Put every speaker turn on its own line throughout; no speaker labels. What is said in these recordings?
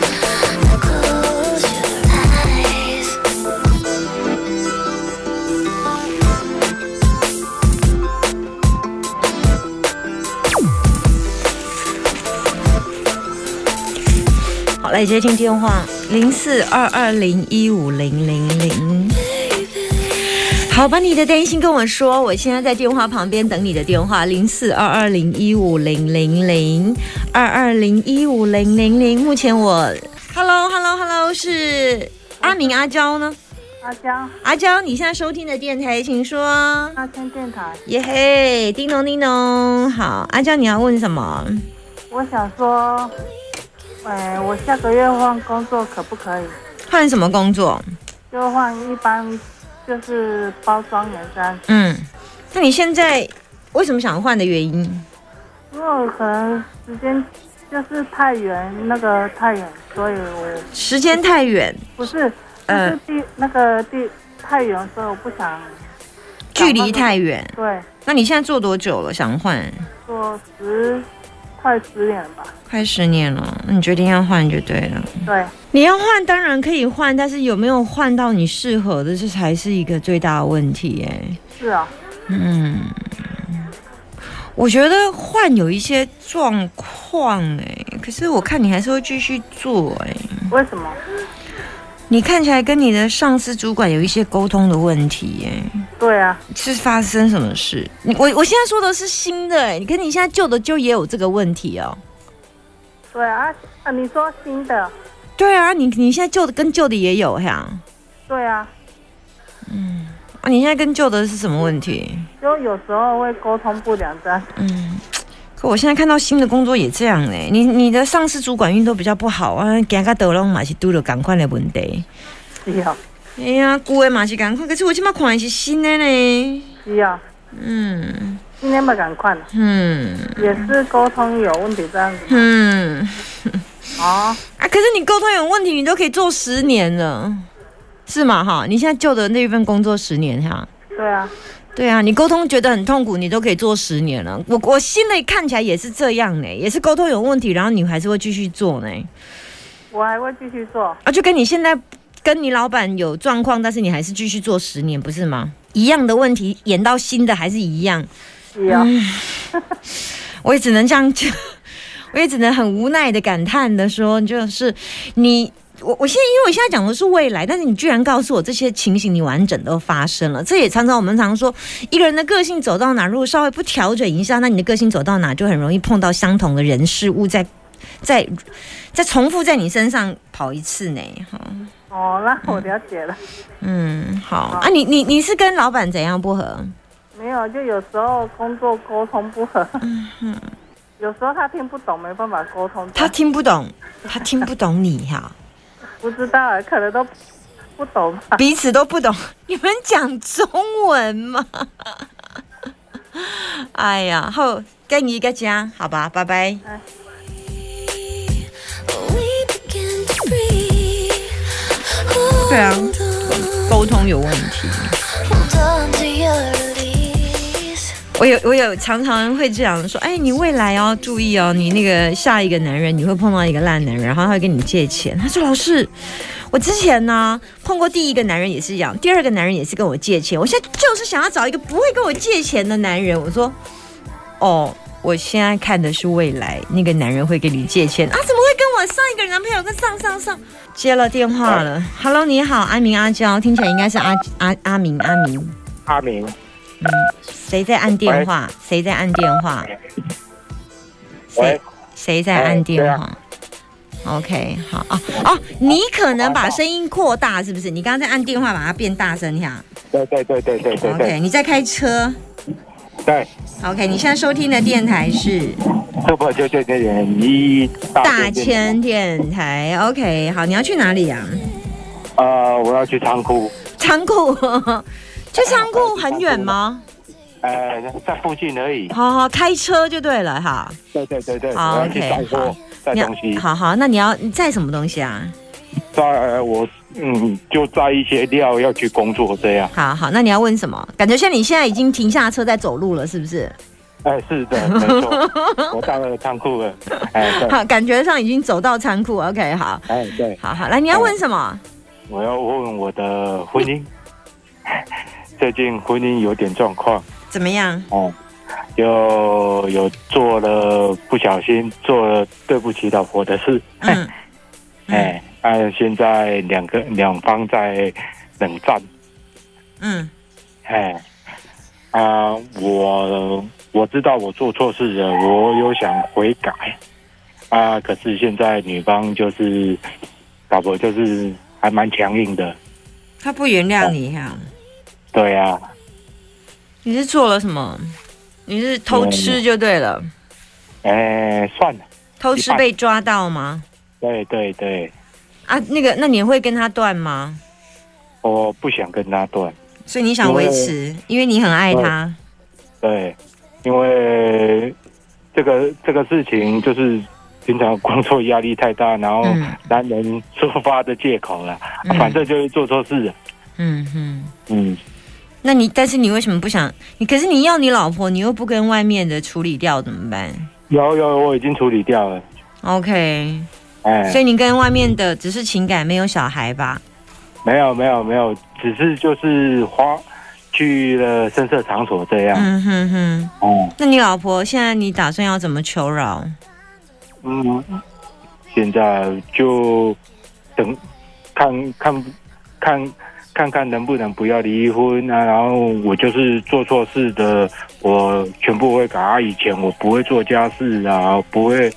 Close your eyes.
好来接听电话零四二二零一五零零零。好，把你的担心跟我说，我现在在电话旁边等你的电话，零四二二零一五零零零二二零一五零零零。目前我，Hello Hello Hello，是阿明阿娇呢？
阿江
阿娇，你现在收听的电台，请说。
阿天电台，
耶嘿，叮咚叮咚，好，阿娇你要问什么？
我想说，哎，我下个月换工作可不可以？
换什么工作？
就换一般，就是包装员三，
嗯，那你现在为什么想换的原因？
因为我可能时间就是太远，那个太远，所以我
时间太 远，
不是，就
呃
是地、那个地太远，所以我不想
距离太远。
对
那你现在做多久了？想换？
做十快十年吧，
快十年了，那你决定要换就对了。
对，
你要换当然可以换，但是有没有换到你适合的，这才是一个最大的问题哎、
是啊，
嗯，我觉得换有一些状况哎、可是我看你还是会继续做哎、
为什么？
你看起来跟你的上司主管有一些沟通的问题哎、
对啊，
是发生什么事？你我我现在说的是新的哎、你跟你现在旧的就也有这个问题哦。
对啊，啊，你说新的，
对啊，你你现在旧的跟旧的也有呀、啊，
对啊，
你现在跟旧的是什么问题？
就有时候会沟通不良这样。
嗯，可我现在看到新的工作也这样哎、你你的上司主管运都比较不好啊，行到倒拢嘛是拄着赶快的问题。
是啊，
哎呀，旧的嘛是赶快，可是我今麦看的是新的呢。
是啊，
嗯
今天不敢看了，
嗯
也是沟通有问题这样子
嗯，
哦。
啊，可是你沟通有问题，你都可以做十年了，是吗？哈，你现在旧的那一份工作十年哈。
对啊，
对啊，你沟通觉得很痛苦，你都可以做十年了。我我心里看起来也是这样呢、也是沟通有问题，然后你还是会继续做呢、
我还会继续做。
啊，就跟你现在跟你老板有状况，但是你还是继续做十年，不是吗？一样的问题演到新的还是一样，
是啊，
我也只能这样 讲，我也只能很无奈的感叹的说，就是你。我我现在因为我现在讲的是未来，但是你居然告诉我这些情形你完整都发生了，这也常常我们常说一个人的个性走到哪，如果稍微不调整一下，那你的个性走到哪就很容易碰到相同的人事物在在在重复在你身上跑一次呢。哈，
哦，那我了解了。
嗯，好啊，你你你是跟老板怎样不合？
没有，就有时候工作沟通不合，有时候他听不懂，没办法沟通。
他听不懂，他听不懂你哈、
不知道啊，可能都不懂吧。
彼此都不懂。 你们讲中文吗？ 哎呀，好，跟你一个家，好吧，拜拜。
We begin to breathe. Hold
对啊。
on,
沟通有问题，
hold on to your release.
我有我有常常会这样说，哎，你未来要注意哦，你那个下一个男人你会碰到一个烂男人，然后他会跟你借钱。他说老师，我之前呢碰过第一个男人也是一样，第二个男人也是跟我借钱，我现在就是想要找一个不会跟我借钱的男人。我说，哦，我现在看的是未来，那个男人会跟你借钱啊？怎么会跟我上一个男朋友跟上上上接了电话了？Hello，你好，阿明阿娇，听起来应该是阿阿阿明阿明，
阿明，
谁在按电话？谁在按电话？谁
喂，
谁在按
哎啊
电话、o k 好哦哦，你可能把声音扩大，是不是？你刚刚在按电话，把它变大声哈。
对对对对对对
OK，
对
你在开车。
对，
OK，你现在收听的电台是
这不就就这点一
大
店店
千电台。OK，好，你要去哪里呀、
呃，我要去仓库，
仓库， 去仓库很远吗？
呃，在附近而已。
好好，开车就对了哈。
对对对对，我
好
要去载
OK，好
货，载
你要
东西。
好好，那你要你载什么东西啊？
在、呃我嗯，就摘一些料要去工作这样。
好好，那你要问什么？感觉像你现在已经停下车在走路了，是不是？
哎、是的，没错，我到了仓库了。哎、对，
好，感觉上已经走到仓库。OK，好，
哎、对，
好好，来，你要问什么？
我要问我的婚姻，最近婚姻有点状况
怎么样？
哦，又有做了不小心做了对不起老婆的事，
嗯，
哎、哎、现在两个两方在冷战，
嗯
哎，啊、我我知道我做错事了，我有想悔改，啊、可是现在女方就是老婆就是还蛮强硬的，
他不原谅你呀、
对啊呀、
哦你是做了什么？你是偷吃就对了，
哎，算了，
偷吃被抓到吗？
对对对，
啊，那个，那你会跟他断吗？
我不想跟他断，
所以你想维持，因为你很爱他。
对，因为这个这个事情就是。平常工作压力太大，然后
嗯
男人抒发的借口了，啊
嗯
反正就是做错事了。
嗯哼，
嗯，
那你但是你为什么不想？你可是你要你老婆，你又不跟外面的处理掉，怎么办
有有，我已经处理掉了。
？OK，
哎，
所以你跟外面的只是情感，没有小孩吧？
没有没有没有，只是就是花去了深色场所这样。
嗯哼哼。
哦、
那你老婆现在你打算要怎么求饶？
嗯，现在就等看看看看看能不能不要离婚啊。然后我就是做错事的，我全部会改啊。以前我不会做家事啊，不会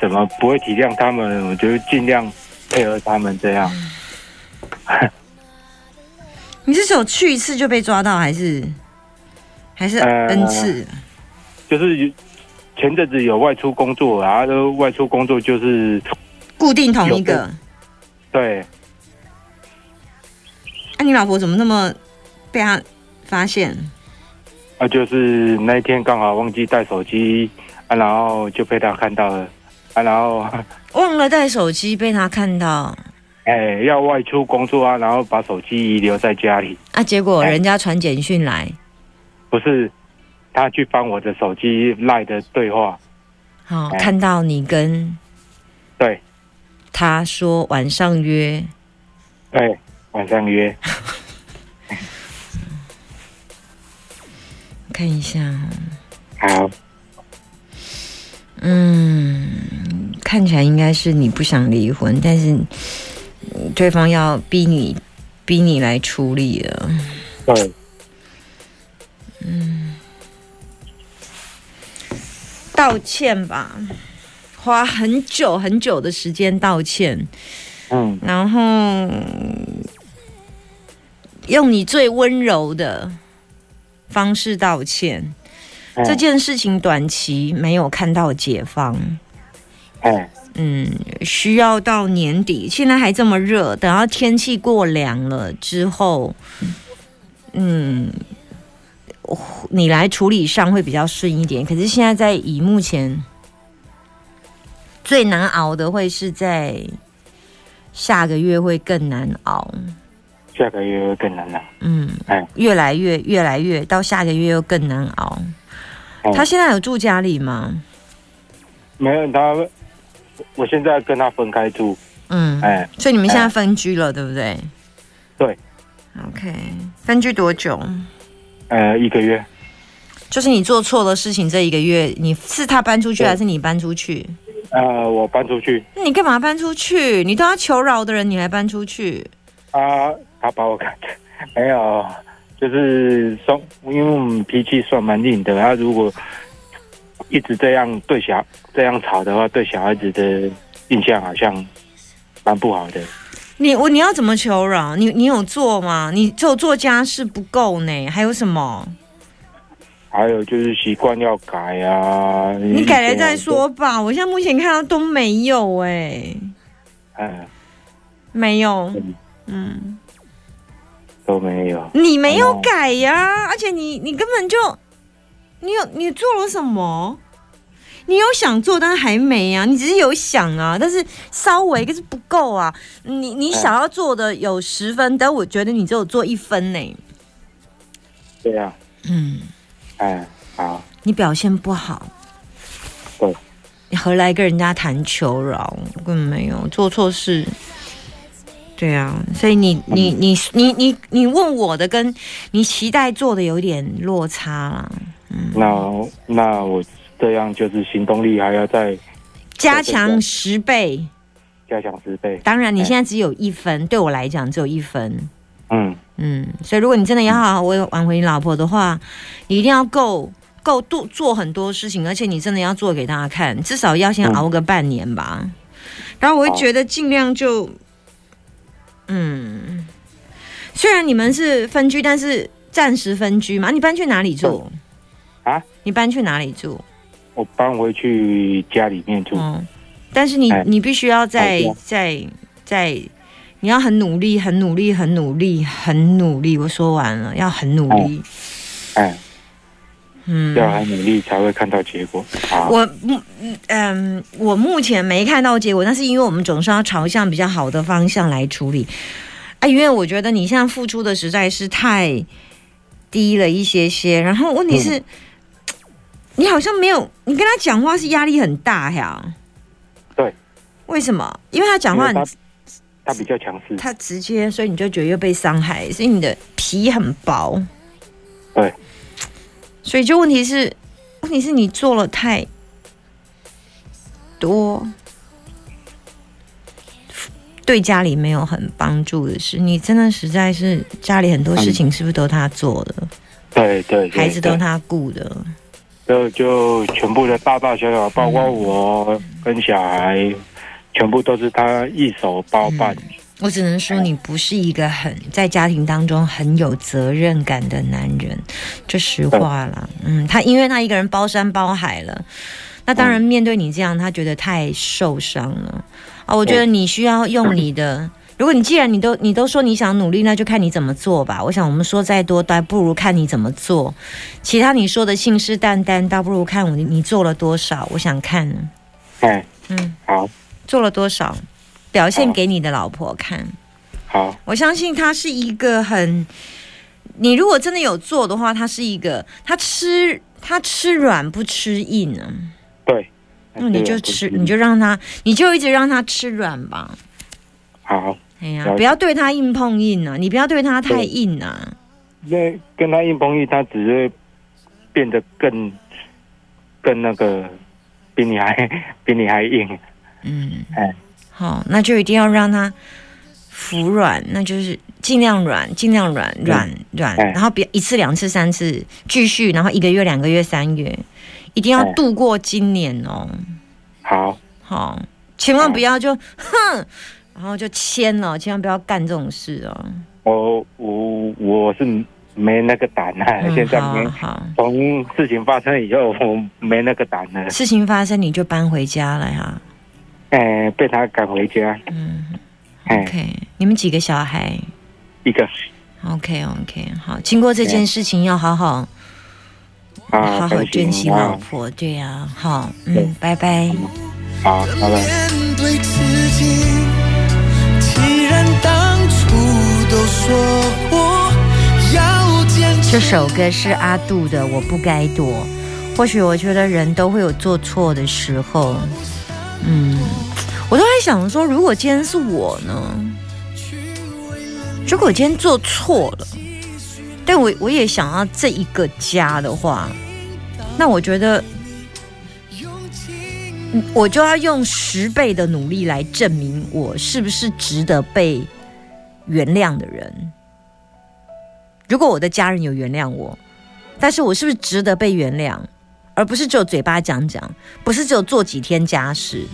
什么不会体谅他们，我就尽量配合他们这样。
你是只有去一次就被抓到，还是还是
呃
n 次？
就是前阵子有外出工作啊，都外出工作就是
固定同一个？
对。
那、啊你老婆怎么那么被他发现？
啊，就是那一天刚好忘记带手机，啊，然后就被他看到了，啊，然后，
忘了带手机被他看到
哎，要外出工作啊，然后把手机遗留在家里，
啊，结果
哎
人家传简讯来
不是，他去翻我的手机赖的对话，
哦，
哎
看到你跟
对，
他说晚上约，
对，哎晚上约，
看一下哦，
好，
嗯，看起来应该是你不想离婚，但是嗯对方要逼你逼你来处理了。
对，
道歉吧，花很久很久的时间道歉，
嗯，
然后用你最温柔的方式道歉。
哎
这，件事情短期没有看到解放，
哎，
嗯，需要到年底，现在还这么热，等到天气过凉了之后，嗯，你来处理上会比较顺一点。可是现在在以目前最难熬的会是在下个月会更难熬，
下个月会更难了，
嗯
哎，
越来越越来越到下个月又更难熬。
哎
他现在有住家里吗？
没有他，我现在跟他分开住，
嗯，
哎，
所以你们现在分居了，对不对？
对。
OK，分居多久？
呃，一个月，
就是你做错了事情这一个月，你是他搬出去
对
还是你搬出去？
呃，我搬出去，
那你干嘛搬出去？你都要求饶的人，你还搬出去？
啊，他把我赶，没有，啊就是算，因为我们脾气算蛮硬的。他如果一直这样对小这样吵的话，对小孩子的印象好像蛮不好的。
你我你要怎么求饶？你你有做吗？你只有做家事不够呢，还有什么？
还有就是习惯要改啊，
你
你
改了再说。吧。我现在目前看到都没有哎、
嗯，
没有
嗯，
嗯，
都没有。
你没有
哦
改呀、而且你你根本就，你有你做了什么？你有想做，但是还没啊，你只是有想啊，但是稍微可是不够啊。你你想要做的有十分，但我觉得你只有做一分呢。
对啊，
嗯，
哎，好，
你表现不好，
对，
你何来跟人家谈求饶？根本没有做错事。对啊，所以你你你你你你问我的跟你期待做的有一点落差啦，
那那我这样就是行动力还要再
加强十倍。
加强十倍。
当然，你
哎
现在只有一分，对我来讲只有一分。
嗯，
嗯，所以如果你真的要好好挽挽回你老婆的话，你一定要够够做做很多事情，而且你真的要做给大家看，至少要先
嗯
熬个半年吧。然后我会
好
觉得尽量就，嗯，虽然你们是分居，但是暂时分居嘛，你搬去哪里住？
啊？
你搬去哪里住？
我搬回去家里面住。
嗯，但是你
哎
你必须要在
好的
在在，你要很努力，很努力，很努力，很努力。我说完了，要很努力。
哎，
嗯，
要很努力才会看到结果。啊好，
我目嗯，我目前没看到结果，但是因为我们总是要朝向比较好的方向来处理。哎，因为我觉得你现在付出的实在是太低了一些些，然后问题
嗯
是，你好像没有，你跟他讲话是压力很大呀。
对。
为什么？因为他讲话
因为
很
他他比较强势。
他直接，所以你就觉得又被伤害，所以你的皮很薄。
对。
所以就问题是，问题是你做了太多对家里没有很帮助的事，你真的实在是家里很多事情是不是都他做的，
对对嗯对，
孩子都
对
他顾的，
就就全部的大大小
嗯
小，包括我跟小孩，全部都是他一手包办。
我只能说，你不是一个很在家庭当中很有责任感的男人，这实话啦。嗯，他因为他一个人包山包海了，那当然面对你这样，他觉得太受伤了啊。我觉得你需要用你的，如果你既然你都你都说你想努力，那就看你怎么做吧。我想我们说再多，倒不如看你怎么做。其他你说的信誓旦旦，倒不如看我你做了多少。我想看呢
哎，
嗯，
好，
做了多少，表现
好
给你的老婆看。
好，
我相信他是一个很，你如果真的有做的话，他是一个他吃他吃软不吃硬啊，
对。啊
那你就吃你就让他你就一直让他吃软吧，
好。
哎呀
了，解
不要对他硬碰硬啊，你不要对他太硬啊，
那跟他硬碰硬，他只会变得更更那个，比你还 比你还硬。
嗯
哎，
好，那就一定要让他服软，那就是尽量软，尽量软软软，
哎
然后别一次两次三次继续，然后一个月两个月三月，一定要
哎
度过今年哦。
好，
好、千万不要就哼，然后就签了，千万不要干这种事哦。
我我我是没那个胆啊，
嗯
现在
好
没
好，
从事情发生以后，我没那个胆了。
事情发生你就搬回家了呀。
哎、被他赶回家。
嗯
哎、
，OK，你们几个小孩
一个
？OK OK，好，经过这件事情要好好
啊，
好哦好
恭
哎
喜
珍惜嗯
你啊
老婆，对呀、好，
对
嗯，拜拜。
好，拜拜。
面对自己。既然当初都说过要坚持，
这首歌是阿杜的《我不该躲》。或许我觉得人都会有做错的时候，嗯，我都在想说，如果今天是我呢？如果我今天做错了，但我我也想要这一个家的话，那我觉得嗯我就要用十倍的努力来证明我是不是值得被原谅的人。如果我的家人有原谅我，但是我是不是值得被原谅，而不是只有嘴巴讲讲，不是只有做几天家事，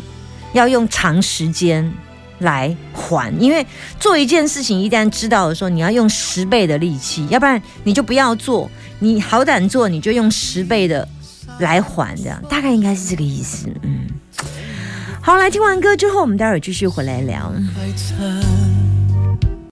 要用长时间来还。因为做一件事情一旦知道的时候，你要用十倍的力气，要不然你就不要做，你好歹做你就用十倍的来还，这样大概应该是这个意思。嗯，好，来听完歌之后，我们待会儿继续回来聊。
快餐。